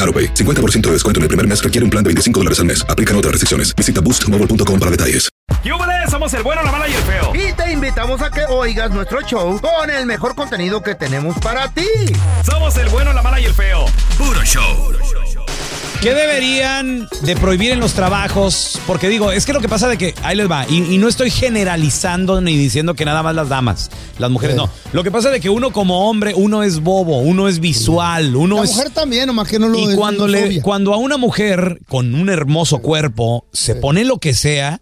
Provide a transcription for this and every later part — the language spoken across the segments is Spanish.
AroPay. 50% de descuento en el primer mes requiere un plan de 25 dólares al mes. Aplican otras restricciones. Visita boostmobile.com para detalles. ¡Yúbales! Somos el bueno, la mala y el feo. Y te invitamos a que oigas nuestro show con el mejor contenido que tenemos para ti. Somos el bueno, la mala y el feo. Puro show. ¿Qué deberían de prohibir en los trabajos? Porque digo, es que lo que pasa de que, ahí les va, y, y no estoy generalizando ni diciendo que nada más las damas, las mujeres, no. Lo que pasa de que uno como hombre, uno es bobo, uno es visual, uno La es... mujer también, nomás que no lo Y es- cuando, no es le, obvia. cuando a una mujer con un hermoso cuerpo se pone lo que sea,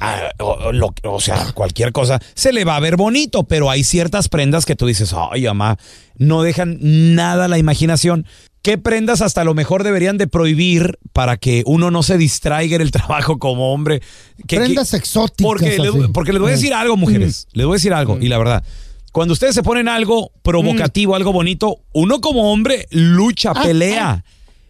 a- o, o lo- o Ah. sea, cualquier cosa, se le va a ver bonito, pero hay ciertas prendas que tú dices, ay, mamá, no dejan nada a la imaginación. ¿Qué prendas hasta lo mejor deberían de prohibir para que uno no se distraiga en el trabajo como hombre? Que- que- Prendas exóticas. porque, le- así. porque les voy a decir algo, mujeres. Les voy a decir algo. Y la verdad, cuando ustedes se ponen algo provocativo, algo bonito, uno como hombre lucha, Ah, pelea.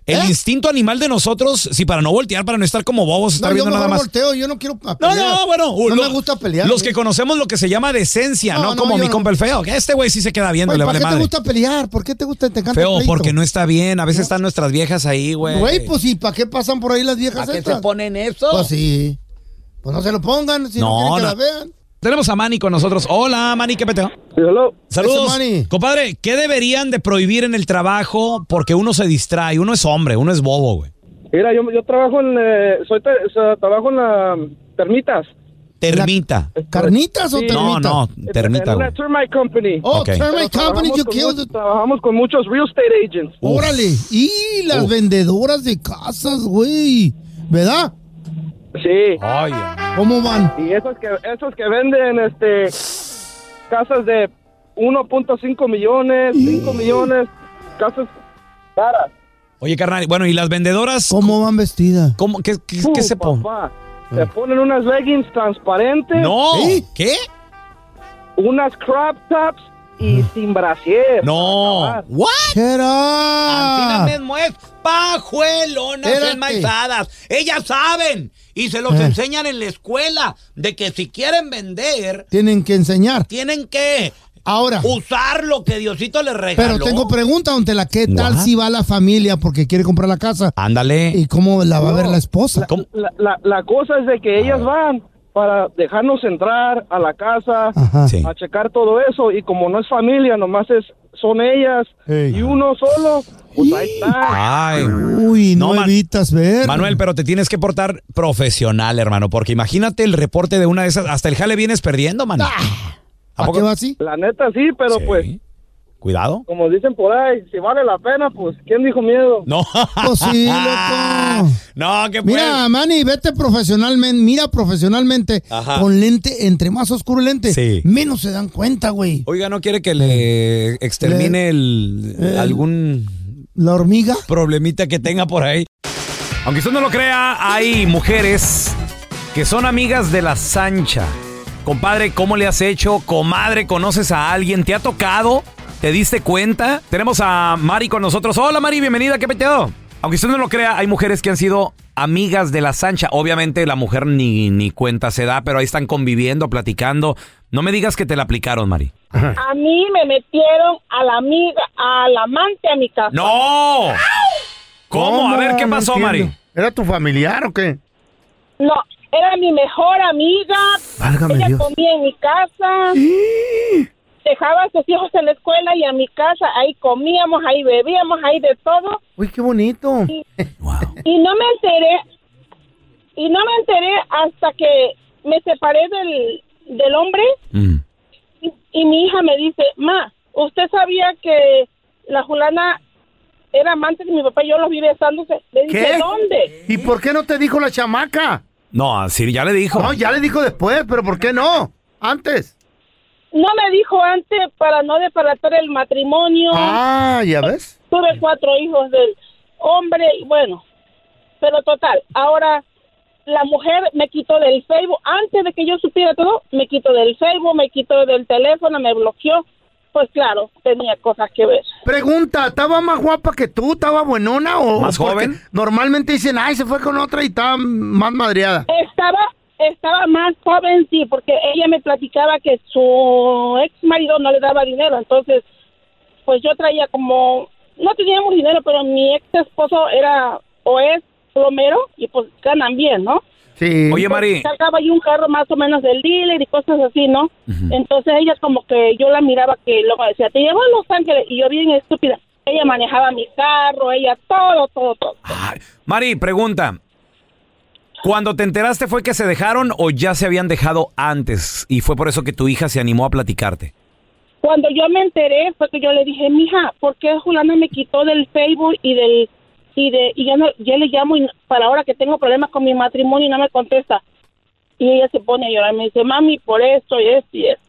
El ¿Eh? instinto animal de nosotros, si para no voltear, para no estar como bobos, estar No, yo viendo nada mejor más. volteo, yo no quiero a No, pelear. no, bueno. No lo- me gusta pelear. ¿eh? Los güey. que conocemos lo que se llama decencia, No, ¿no? no, como yo mi no. compa el feo. que Este güey sí se queda viendo, Güey, le ¿Para vale qué te madre. gusta pelear? ¿Por qué te gusta? Te encanta el Feo, pleito? porque no está bien. A veces están nuestras viejas ahí, güey. Güey, pues ¿y para qué pasan por ahí las viejas ¿Para qué estas? se ponen eso? Pues sí. Pues no se lo pongan si no, No, quieren que no. la vean. Tenemos a Manny con nosotros. Hola, Manny, ¿qué peteo? Eso, Saludos. Manny. Compadre, ¿qué deberían de prohibir en el trabajo? Porque uno se distrae, uno es hombre, uno es bobo, güey. Mira, yo, yo trabajo en, eh, soy te- o sea, trabajo en la mm, termitas. Termita. ¿Carnitas o Sí. termitas? No, no, termita, En güey. una termite company. Oh, Ok. Termite Pero Company, you trabajamos con killed muchos- it. Trabajamos con muchos real estate agents. Uf. Órale. Y las Uf. vendedoras de casas, güey. ¿Verdad? Sí. Oye. ¿Cómo van? Y esos que, esos que venden este casas de 1.5 millones, 5 millones, casas caras. Oye, carnal, bueno, ¿y las vendedoras? ¿Cómo van vestidas? ¿Cómo? ¿Qué, qué- qué Uh, se ponen? papá. Se ponen unas leggings transparentes, No. ¿Eh? ¿Qué? unas crop tops y sin brasier. No. ¿What? ¿Qué era? Antina Menmuez, pajuelonas Espérate. enmaizadas. Ellas saben y se los Eh. enseñan en la escuela de que si quieren vender, Tienen que enseñar. tienen que Ahora. usar lo que Diosito les regaló. Pero tengo pregunta, don Tela, ¿qué tal What? si va la familia porque quiere comprar la casa? Ándale. ¿Y cómo la va a ver la esposa? ¿Cómo? La, la, la cosa es de que ellas van para dejarnos entrar a la casa, Ajá. Sí. a checar todo eso, y como no es familia, nomás es, son ellas Ey. y uno solo, pues ahí está. Ay, Uy, no, Ah. No, Man- evitas ver. Manuel, pero te tienes que portar profesional, hermano, porque imagínate el reporte de una de esas. Hasta el jale vienes perdiendo, man. Ah, ¿A ¿Para poco? qué va así? La neta sí, pero Sí. pues, Cuidado. como dicen por ahí, si vale la pena, pues, ¿quién dijo miedo? No. Pues sí, loco. No, que pues. Mira, Manny, vete profesionalmente, mira profesionalmente Ajá. con lente, entre más oscuro el lente, Sí. menos se dan cuenta, güey. Oiga, ¿no quiere que le extermine el, algún Eh, La hormiga. problemita que tenga por ahí? Aunque usted no lo crea, hay mujeres que son amigas de la Sancha. Compadre, ¿cómo le has hecho? Comadre, ¿conoces a alguien? ¿Te ha tocado? ¿Te diste cuenta? Tenemos a Mari con nosotros. Hola Mari, bienvenida, ¿qué peteado? Aunque usted no lo crea, hay mujeres que han sido amigas de la Sancha. Obviamente la mujer ni, ni cuenta se da, pero ahí están conviviendo, platicando. No me digas que te la aplicaron, Mari. A mí me metieron a la amiga, al amante a mi casa. ¡No! ¿Cómo? A ver, ¿qué No pasó, entiendo. Mari? ¿Era tu familiar o qué? No, era mi mejor amiga. Válgame Ella Dios. comía en mi casa. Dejaba a sus hijos en la escuela y a mi casa. Ahí comíamos, ahí bebíamos, ahí de todo. Uy, qué bonito. ¿Eh, Y no me enteré. Y no me enteré hasta que me separé del, del hombre. Mm. Y, y mi hija me dice, ma, ¿usted sabía que la Julana era amante de mi papá? y Yo los vi besándose. Le dije, ¿Qué? ¿dónde? ¿Y por qué no te dijo la chamaca? No, así ya le dijo. No, ya le dijo después, pero ¿por qué no? Antes. No me dijo antes para no desbaratar el matrimonio. Ah, ya ves. Tuve cuatro hijos del hombre y bueno. Pero total, ahora la mujer me quitó del Facebook. Antes de que yo supiera todo, me quitó del Facebook, me quitó del teléfono, me bloqueó. Pues claro, tenía cosas que ver. Pregunta, ¿estaba más guapa que tú? ¿Estaba buenona o ¿Más porque joven? Normalmente dicen, ay, se fue con otra y estaba más madreada. Estaba estaba más joven, sí, porque ella me platicaba que su ex marido no le daba dinero. Entonces, pues yo traía como. No teníamos dinero, pero mi ex esposo era o es plomero y pues ganan bien, ¿no? Sí. Oye, Mari, Sacaba ahí un carro más o menos del dealer y cosas así, ¿no? Entonces ella como que yo la miraba que luego decía, te llevo a Los Ángeles y yo bien estúpida. Ella manejaba mi carro, ella todo, todo, todo. Ay, Mari, pregunta. Cuando te enteraste fue que se dejaron o ya se habían dejado antes y fue por eso que tu hija se animó a platicarte. Cuando yo me enteré fue que yo le dije, mija, ¿por qué Julana me quitó del Facebook y del y de y yo no, yo le llamo y no- para ahora que tengo problemas con mi matrimonio y no me contesta? Y ella se pone a llorar, me dice, mami, por esto y esto y esto.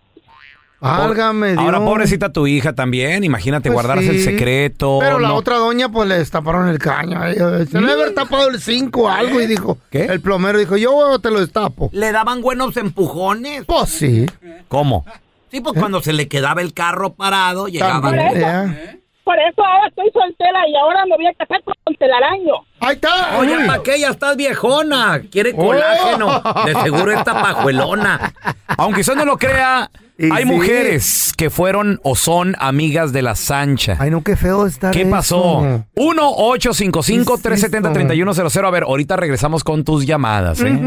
Válgame Dios. Ahora pobrecita tu hija también, imagínate Pues guardarse el sí. secreto. Pero la no- otra doña, pues le destaparon el caño. Ay, ay, Se le debe haber tapado el 5 o ¿Eh? algo y dijo. ¿Qué? El plomero dijo, yo te lo destapo. Le daban buenos empujones. Pues sí. ¿Cómo? Sí, pues cuando se le quedaba el carro parado, llegaba. También, ¿eh? eso. ya. Por eso ahora estoy soltera y ahora me voy a casar con telaraño. Ahí está. Oye, Uy. ¿para qué? Ya estás viejona. Oh. Quiere colágeno. De seguro esta pajuelona. Aunque usted no lo crea, Y hay sí. mujeres que fueron o son amigas de la Sancha. Ay, no, qué feo está. ¿Qué pasó? 1-855-370-3100. A ver, ahorita regresamos con tus llamadas. ¿eh?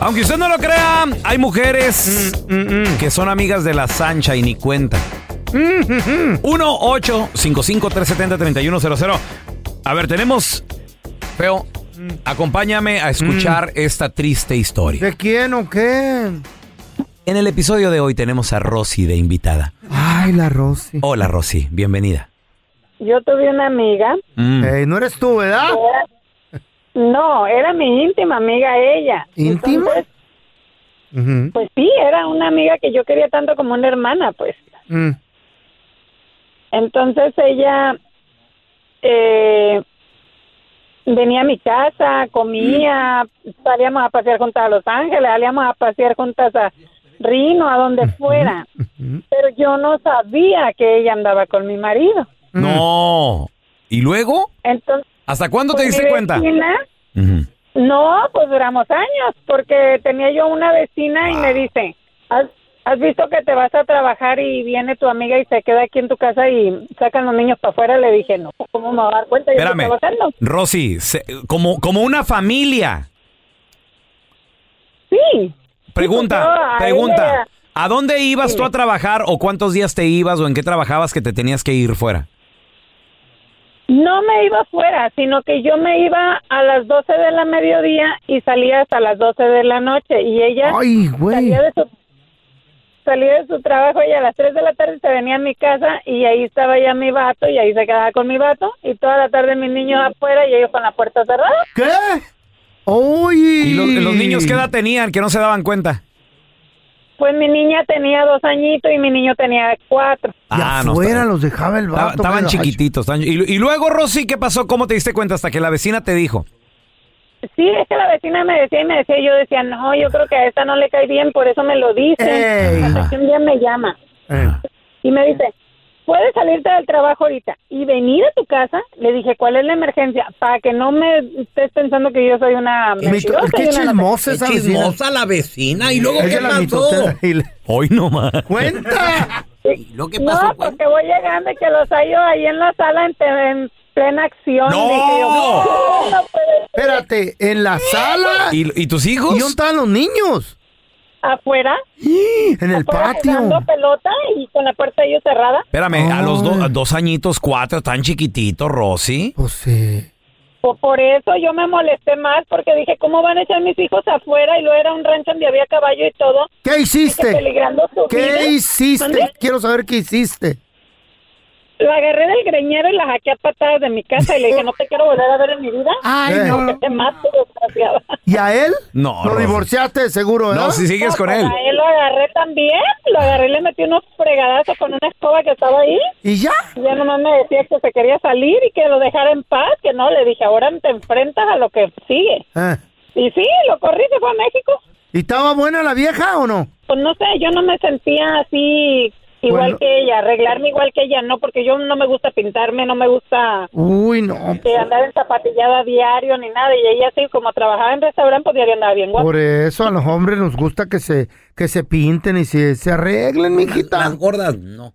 Aunque usted no lo crea, hay mujeres Mm, que son amigas de la Sancha y ni cuenta. Mm, 1-855-370-3100. A ver, tenemos. Feo, acompáñame a Mm. escuchar esta triste historia. ¿De quién o qué? En el episodio de hoy tenemos a Rosy de invitada. Ay, la Rosy. Hola, Rosy, bienvenida. Yo tuve una amiga, Mm. Ey, Eh, no eres tú, ¿verdad? no, era mi íntima amiga ella. ¿Íntima? Entonces, Ujú. pues sí, era una amiga que yo quería tanto como una hermana, pues. Mm. Entonces ella eh, venía a mi casa, comía, salíamos a pasear juntas a Los Ángeles, salíamos a pasear juntas a Rino, a donde fuera. Pero yo no sabía que ella andaba con mi marido. No. Mm. ¿Y luego? Entonces, ¿Hasta cuándo te pues, mi diste cuenta? vecina- Ujú. No, pues duramos años, porque tenía yo una vecina y me dice, ¿Has, has visto que te vas a trabajar y viene tu amiga y se queda aquí en tu casa y sacan los niños para afuera? Le dije, no, ¿cómo me va a dar cuenta? Yo estoy Espérame. trabajando. Rosy, se- como, como una familia. Sí, pues, no, Pregunta, a pregunta. ella- ¿A dónde ibas tú a trabajar o cuántos días te ibas o en qué trabajabas que te tenías que ir fuera? no me iba afuera, sino que yo me iba a las 12 de la mediodía y salía hasta las 12 de la noche y ella Ay, güey. salía de su salía de su trabajo y a las 3 de la tarde se venía a mi casa y ahí estaba ya mi vato y ahí se quedaba con mi vato y toda la tarde mis niños afuera y ellos con la puerta cerrada. ¿Qué? Oye. ¿Y lo- los niños qué edad tenían que no se daban cuenta? Pues mi niña tenía dos añitos y mi niño tenía cuatro. Y Ah, afuera los dejaba el estaba- vato. Estaban gacho. chiquititos. estaban- y, y luego, Rosy, ¿qué pasó? ¿Cómo te diste cuenta hasta que la vecina te dijo? Sí, es que la vecina me decía y me decía, y yo decía, no, yo creo que a esta no le cae bien, por eso me lo dice. Ey. Hasta que un día me llama Eh. y me dice, puedes salirte del trabajo ahorita y venir a tu casa. Le dije, ¿cuál es la emergencia? Para que no me estés pensando que yo soy una... mentirosa y una- Qué chismosa la vecina. ¿Y luego Ella qué la pasó? mitotera Hoy nomás. ¡Cuenta! lo que No, pues? porque voy llegando y que los hallo ahí en la sala en, te- en plena acción. ¡No! Dije yo, "No, no puede ser". Espérate, en la sala. ¿Y, y tus hijos? ¿Y dónde estaban los niños? ¿Afuera? En el patio. Jugando pelota y con la puerta de ellos cerrada. Espérame, a los do- a dos añitos, cuatro, tan chiquitito, Rosy. Pues sí. Po- Por eso yo me molesté más, porque dije, ¿cómo van a echar mis hijos afuera? Y luego era un rancho donde había caballo y todo. ¿Qué Y que hiciste? peligrando su vida. ¿Qué hiciste? ¿Mande? Quiero saber qué hiciste. La agarré del greñero y la jaqué a patadas de mi casa y le dije, no te quiero volver a ver en mi vida. Ay, no. Porque te mato, desgraciada. ¿Y a él? No, Lo Rosy. divorciaste, seguro, ¿eh? ¿verdad? No, si sigues con él. A él lo agarré también, lo agarré y le metí unos fregadazos con una escoba que estaba ahí. ¿Y ya? Y ya nomás me decía que se quería salir y que lo dejara en paz, que no, le dije, ahora te enfrentas a lo que sigue. Ah. Y sí, lo corrí, se fue a México. ¿Y estaba Ah, buena la vieja o no? Pues no sé, yo no me sentía así igual Bueno. que ella, arreglarme igual que ella, no, porque yo no me gusta pintarme, no me gusta Uy, no. pues, eh, andar en zapatillada diario ni nada. Y ella sí, como trabajaba en restaurante, pues diario andaba bien guapa. Por eso a los hombres nos gusta que se, que se pinten y se, se arreglen, mijita. Las gordas, no.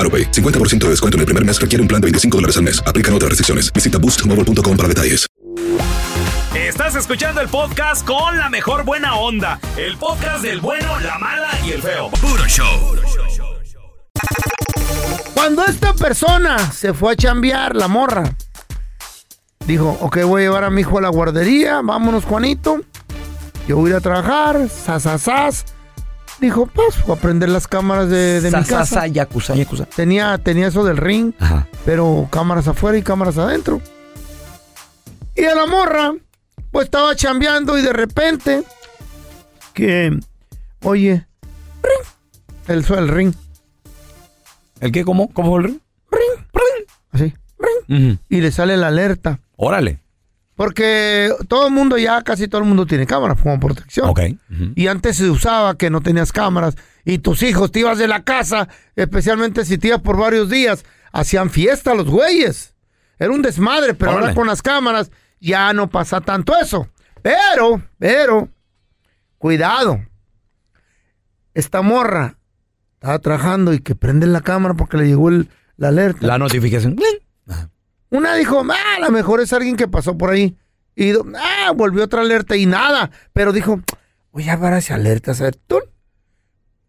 AroPay. 50% de descuento en el primer mes requiere un plan de 25 dólares al mes. Aplican otras restricciones. Visita boostmobile.com para detalles. Estás escuchando el podcast con la mejor buena onda. El podcast del bueno, la mala y el feo. Puro show. Cuando esta persona se fue a chambear, la morra, dijo, ok, voy a llevar a mi hijo a la guardería, vámonos Juanito, yo voy a ir a trabajar, sas, sas, sas. Dijo, pues, voy a prender las cámaras de, de mi Sa, sa, casa. sa, yakuza, yakuza. Tenía, tenía eso del ring, pero cámaras afuera y cámaras adentro. Y a la morra, pues estaba chambeando y de repente, que, oye, ring, el, el ring. ¿El qué? ¿Cómo? ¿Cómo fue el ring? Así. Y le sale la alerta. Órale. Porque todo el mundo ya, casi todo el mundo tiene cámaras como protección. Ok. Y antes se usaba que no tenías cámaras y tus hijos te ibas de la casa, especialmente si te ibas por varios días, hacían fiesta los güeyes. Era un desmadre, pero ahora Órale. con las cámaras ya no pasa tanto eso. Pero, pero, cuidado. Esta morra estaba trabajando y que prende la cámara porque le llegó el- la alerta. La notificación. Una dijo, ah, a lo mejor es alguien que pasó por ahí. Y do- ah, volvió otra alerta y nada. Pero dijo, voy a ver hacia alertas, a ver, tú.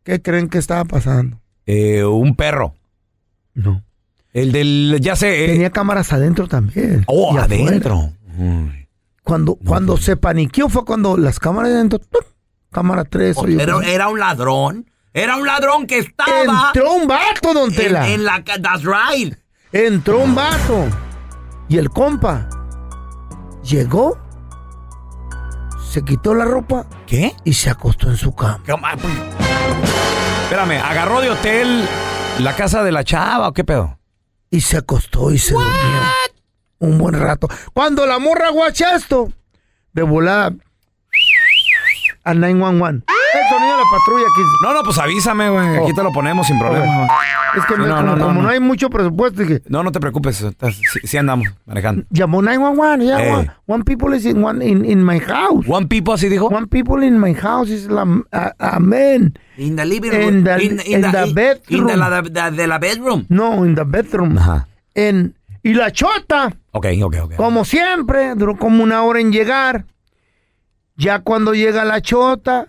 ¿Qué creen que estaba pasando? Eh, un perro. No. El del, ya sé. eh, Tenía cámaras adentro también. oh, y afuera. adentro. Cuando, cuando se paniqueó fue cuando las cámaras adentro, ¡tum! cámara 3. Pues era, era un ladrón. Era un ladrón que estaba Entró un vato, don en, Tela. en la... ca- That's right. Entró un vato. Y el compa llegó, se quitó la ropa. ¿Qué? pues? Y se acostó en su cama. Espérame, ¿agarró de hotel la casa de la chava o qué pedo? Y se acostó y se durmió un buen rato. Cuando la morra guacha esto, de volada al 911. El sonido de la patrulla aquí. ¿Ah? Oh. No, no, pues avísame, güey. Aquí te lo ponemos sin problema. Es que no, como, como no, hay mucho presupuesto, dije, No, no te preocupes. estás- Sí, sí andamos manejando. llamó 911, yeah, Ey. one, one people is in, one, in, in my house. One people, así dijo. One people in my house is la, a, a man. In the living room. In the- in the bedroom. In the, la- la- de la bedroom. No, in the bedroom. En, y la chota, Ok, ok, ok. como siempre, duró como una hora en llegar. Ya cuando llega la chota,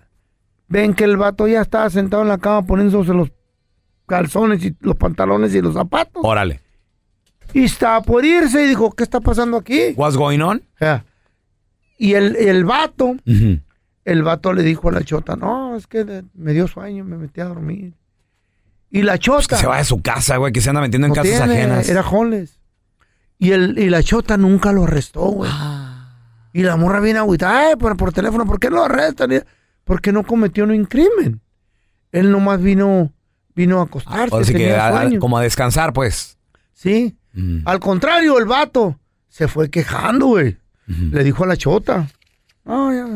ven que el vato ya estaba sentado en la cama poniéndose los calzones y los pantalones y los zapatos. Órale. Y estaba por irse y dijo, ¿qué está pasando aquí? What's going on? Y el, el vato, Ujú. el vato le dijo a la chota, no, es que de- me dio sueño, me metí a dormir. Y la chota... Pues Que se va de su casa, güey, que se anda metiendo en no casas tiene, ajenas. Era homeless. Y, el, y la chota nunca lo arrestó, güey. Ah. Y la morra viene agüita, ay, por, por teléfono, ¿por qué lo arrestan? Y- Porque no cometió ningún crimen. Él nomás vino, vino a acostarse, Ahora sí que tenía a- a- sueño. como a descansar, pues. Sí. Mm. Al contrario, el vato se fue quejando, güey. Le dijo a la chota. No, ya,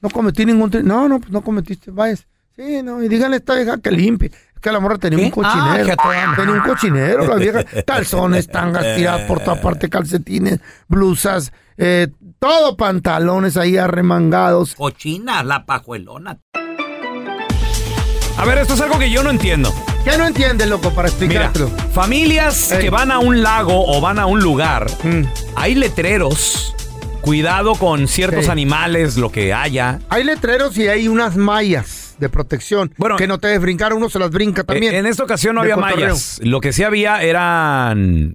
no cometí ningún... tri- No, no, pues no cometiste, vayas. Sí, no, y díganle a esta vieja que limpie. Es que la morra tenía un Ah, cochinero. que a tu- tenía un cochinero, la vieja. Calzones, tangas tiradas por toda parte, calcetines, blusas, eh, todo pantalones ahí arremangados. Cochina, la pajuelona. A ver, esto es algo que yo no entiendo. Ya no entiendes, loco, para Mira, explicártelo. familias que van a un lago o van a un lugar, Mm. hay letreros, cuidado con ciertos Sí. animales, lo que haya. Hay letreros y hay unas mallas de protección. que no te debes brincar, uno se las brinca también. Eh, En esta ocasión no De había cotorreo. Eh. mallas. Lo que sí había eran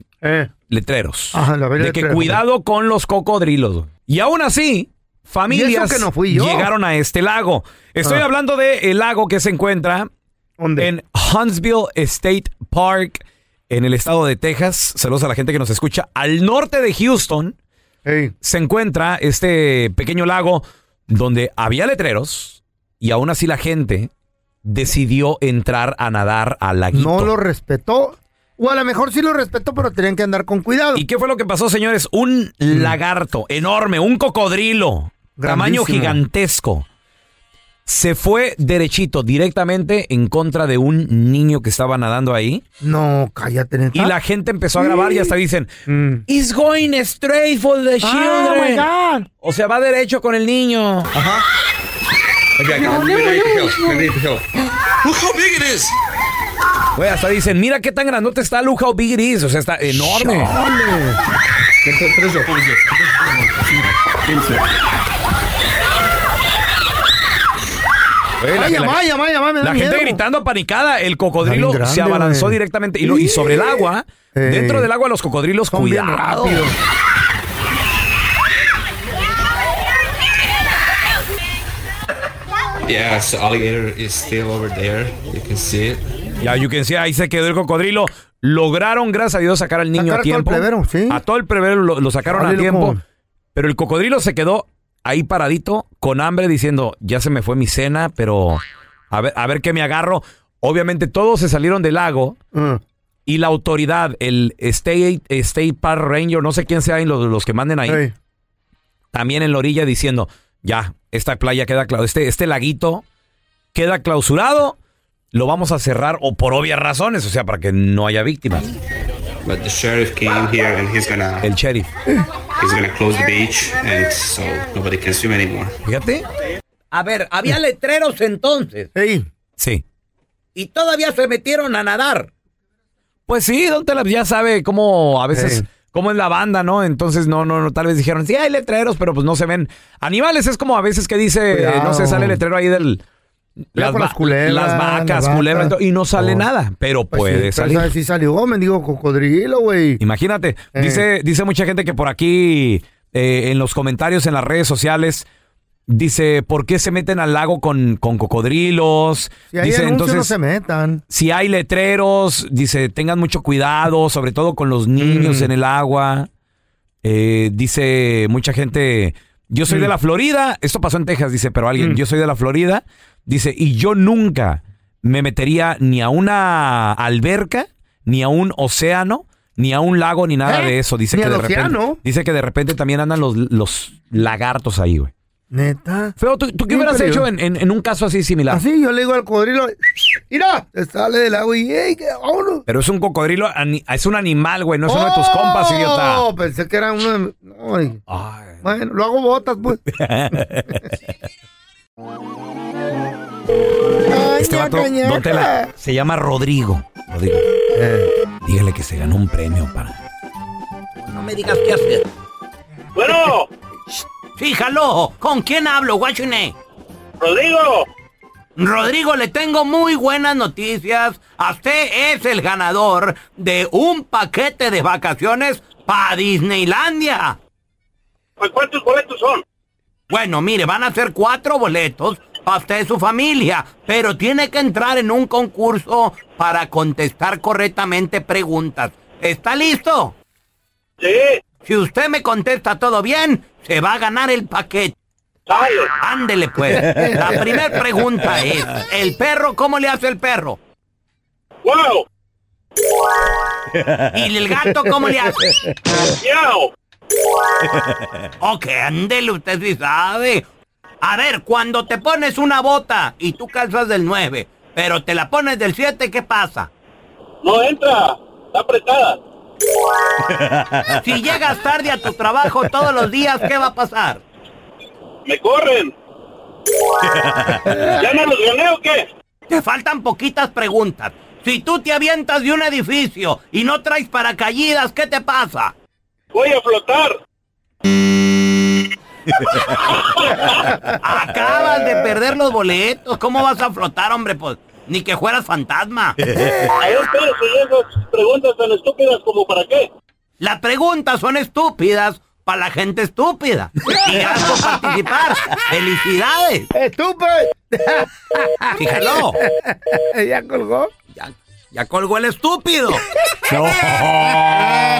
letreros. Ajá, la de había que letreros, cuidado con los cocodrilos. güey. Y aún así, Y familias eso que no fui yo. llegaron a este lago. Estoy Ah. hablando del lago que se encuentra en Huntsville State Park, en el estado de Texas. Saludos a la gente que nos escucha. Al norte de Houston se encuentra este pequeño lago donde había letreros y aún así la gente decidió entrar a nadar al laguito. No lo respetó. O a lo mejor sí lo respetó, pero tenían que andar con cuidado. Mm. ¿Y qué fue lo que pasó, señores? Un lagarto enorme, un cocodrilo, tamaño Grandísimo. gigantesco. Se fue derechito, directamente en contra de un niño que estaba nadando ahí. No, cállate, neta. Mm. Y la gente empezó a grabar y hasta "Mm, dicen, It's going straight for the children. Oh Ah, my God. o sea, va derecho con el niño. Look how big it is. Güey, hasta dicen, mira qué tan grandote está Luja o Big Gris. O sea, está enorme. Güey, la- Vaya, la- vaya, vaya, vaya, me da La gente miedo. gritando apanicada. El cocodrilo Está bien grande, se abalanzó güey. directamente. Y, lo- y sobre el agua, Eh. dentro del agua, los cocodrilos, Son bien cuidado. rápidos. Yes, the alligator is still over there. You can see it. Ya, you can see, ahí se quedó el cocodrilo. Lograron, gracias a Dios, sacar al niño a Sacar a todo el tiempo. plebero, sí. A todo el plebero lo, lo sacaron a Órale, tiempo. loco. Pero el cocodrilo se quedó ahí paradito, con hambre, diciendo, ya se me fue mi cena, pero a ver, a ver qué me agarro. Obviamente todos se salieron del lago. Ah. Y la autoridad, el State, State Park Ranger, no sé quién sean los, los que manden ahí, también en la orilla diciendo, ya, esta playa queda clausurada, este, este laguito queda clausurado, lo vamos a cerrar o por obvias razones, o sea, para que no haya víctimas. But the sheriff came here and he's gonna. El sheriff. He's gonna close the beach and so nobody can swim anymore. Fíjate. A ver, había letreros entonces. Sí. Y todavía se metieron a nadar. Pues sí, don Telaraño ya sabe cómo a veces, cómo es la banda, ¿no? Entonces, no, no, no, tal vez dijeron, sí, hay letreros, pero pues no se ven. Animales es como a veces que dice, eh, no sé, Cuidado. sale el letrero ahí del... por las va- culebras, las las vacas, vacas. culebras, y todo, y no sale Oh. nada, pero Pues sí, puede pero salir. esa vez Sí salió, me digo, cocodrilo, güey. Imagínate, Eh. dice, dice mucha gente que por aquí, eh, en los comentarios, en las redes sociales, dice, ¿por qué se meten al lago con, con cocodrilos? Si hay dice, anuncios, no se metan. si Mm. hay letreros, dice, tengan mucho cuidado, sobre todo con los niños en el agua. Eh, dice mucha gente, yo Mm. soy de la Florida, esto pasó en Texas, dice, pero alguien, yo soy de la Florida, dice, y yo nunca me metería ni a una alberca, ni a un océano, ni a un lago, ni nada ¿Eh? de eso. Dice ¿Ni que al de repente- océano? dice que de repente también andan los, los lagartos ahí, güey. Neta. Feo, ¿tú, ¿Tú qué hubieras hecho en, en- en un caso así similar? Así yo le digo al cocodrilo, mira, sale del agua y, ¡ey, qué- vámonos! Pero es un cocodrilo, ani- es un animal, güey, no es uno de tus compas, idiota. No, pensé que era uno de mi- ¡Oh! Ay. Bueno, lo hago botas, pues. este vato, cañaca. Eh. don Tela, se llama Rodrigo. Rodrigo. Dígale que se ganó un premio para. No me digas qué hacer. Bueno. Fíjalo, ¿con quién hablo? What's your name? Rodrigo. Rodrigo, le tengo muy buenas noticias. A Usted es el ganador de un paquete de vacaciones para Disneylandia. Pues, ¿Cuántos boletos son? Bueno, mire, van a ser cuatro boletos para usted y su familia, pero tiene que entrar en un concurso para contestar correctamente preguntas. ¿Está listo? Sí. Si usted me contesta todo bien, se va a ganar el paquete. Ándele pues. La primera pregunta es, ¿el perro cómo le hace el perro? ¡Wow! ¿Y el gato cómo le hace? ¡Miau! Ok, ándele, usted sí sabe. A ver, cuando te pones una bota y tú calzas del 9, pero te la pones del 7, ¿qué pasa? No entra, está apretada. Si llegas tarde a tu trabajo todos los días, ¿qué va a pasar? ¡Me corren! ¿Ya no los gané o qué? Te faltan poquitas preguntas. Si tú te avientas de un edificio y no traes paracaídas, ¿qué te pasa? Voy a flotar. Acabas de perder los boletos. ¿Cómo vas a flotar, hombre? Pues ni que fueras fantasma. A ustedes y esas preguntas tan estúpidas como para qué. Las preguntas son estúpidas para la gente estúpida. Y gracias por participar. ¡Felicidades! ¡Estúpido! Fíjalo. ¿Ya colgó? Ya colgó el estúpido.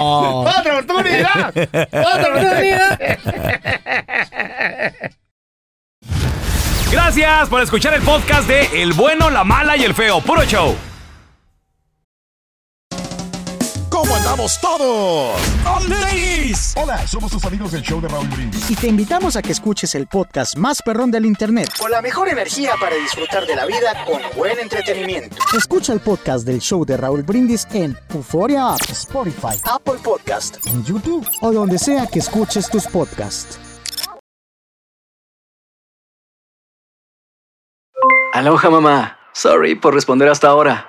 ¡Otra oportunidad! ¡Otra oportunidad! Gracias por escuchar el podcast de El bueno, la mala y el feo. Puro show. ¿Cómo andamos todos? Hola, somos tus amigos del show de Raúl Brindis. Y te invitamos a que escuches el podcast más perrón del internet. Con la mejor energía para disfrutar de la vida con buen entretenimiento. Escucha el podcast del show de Raúl Brindis en Euforia App, Spotify, Apple Podcast. en YouTube o donde sea que escuches tus podcasts. Aloha mamá. Sorry por responder hasta ahora.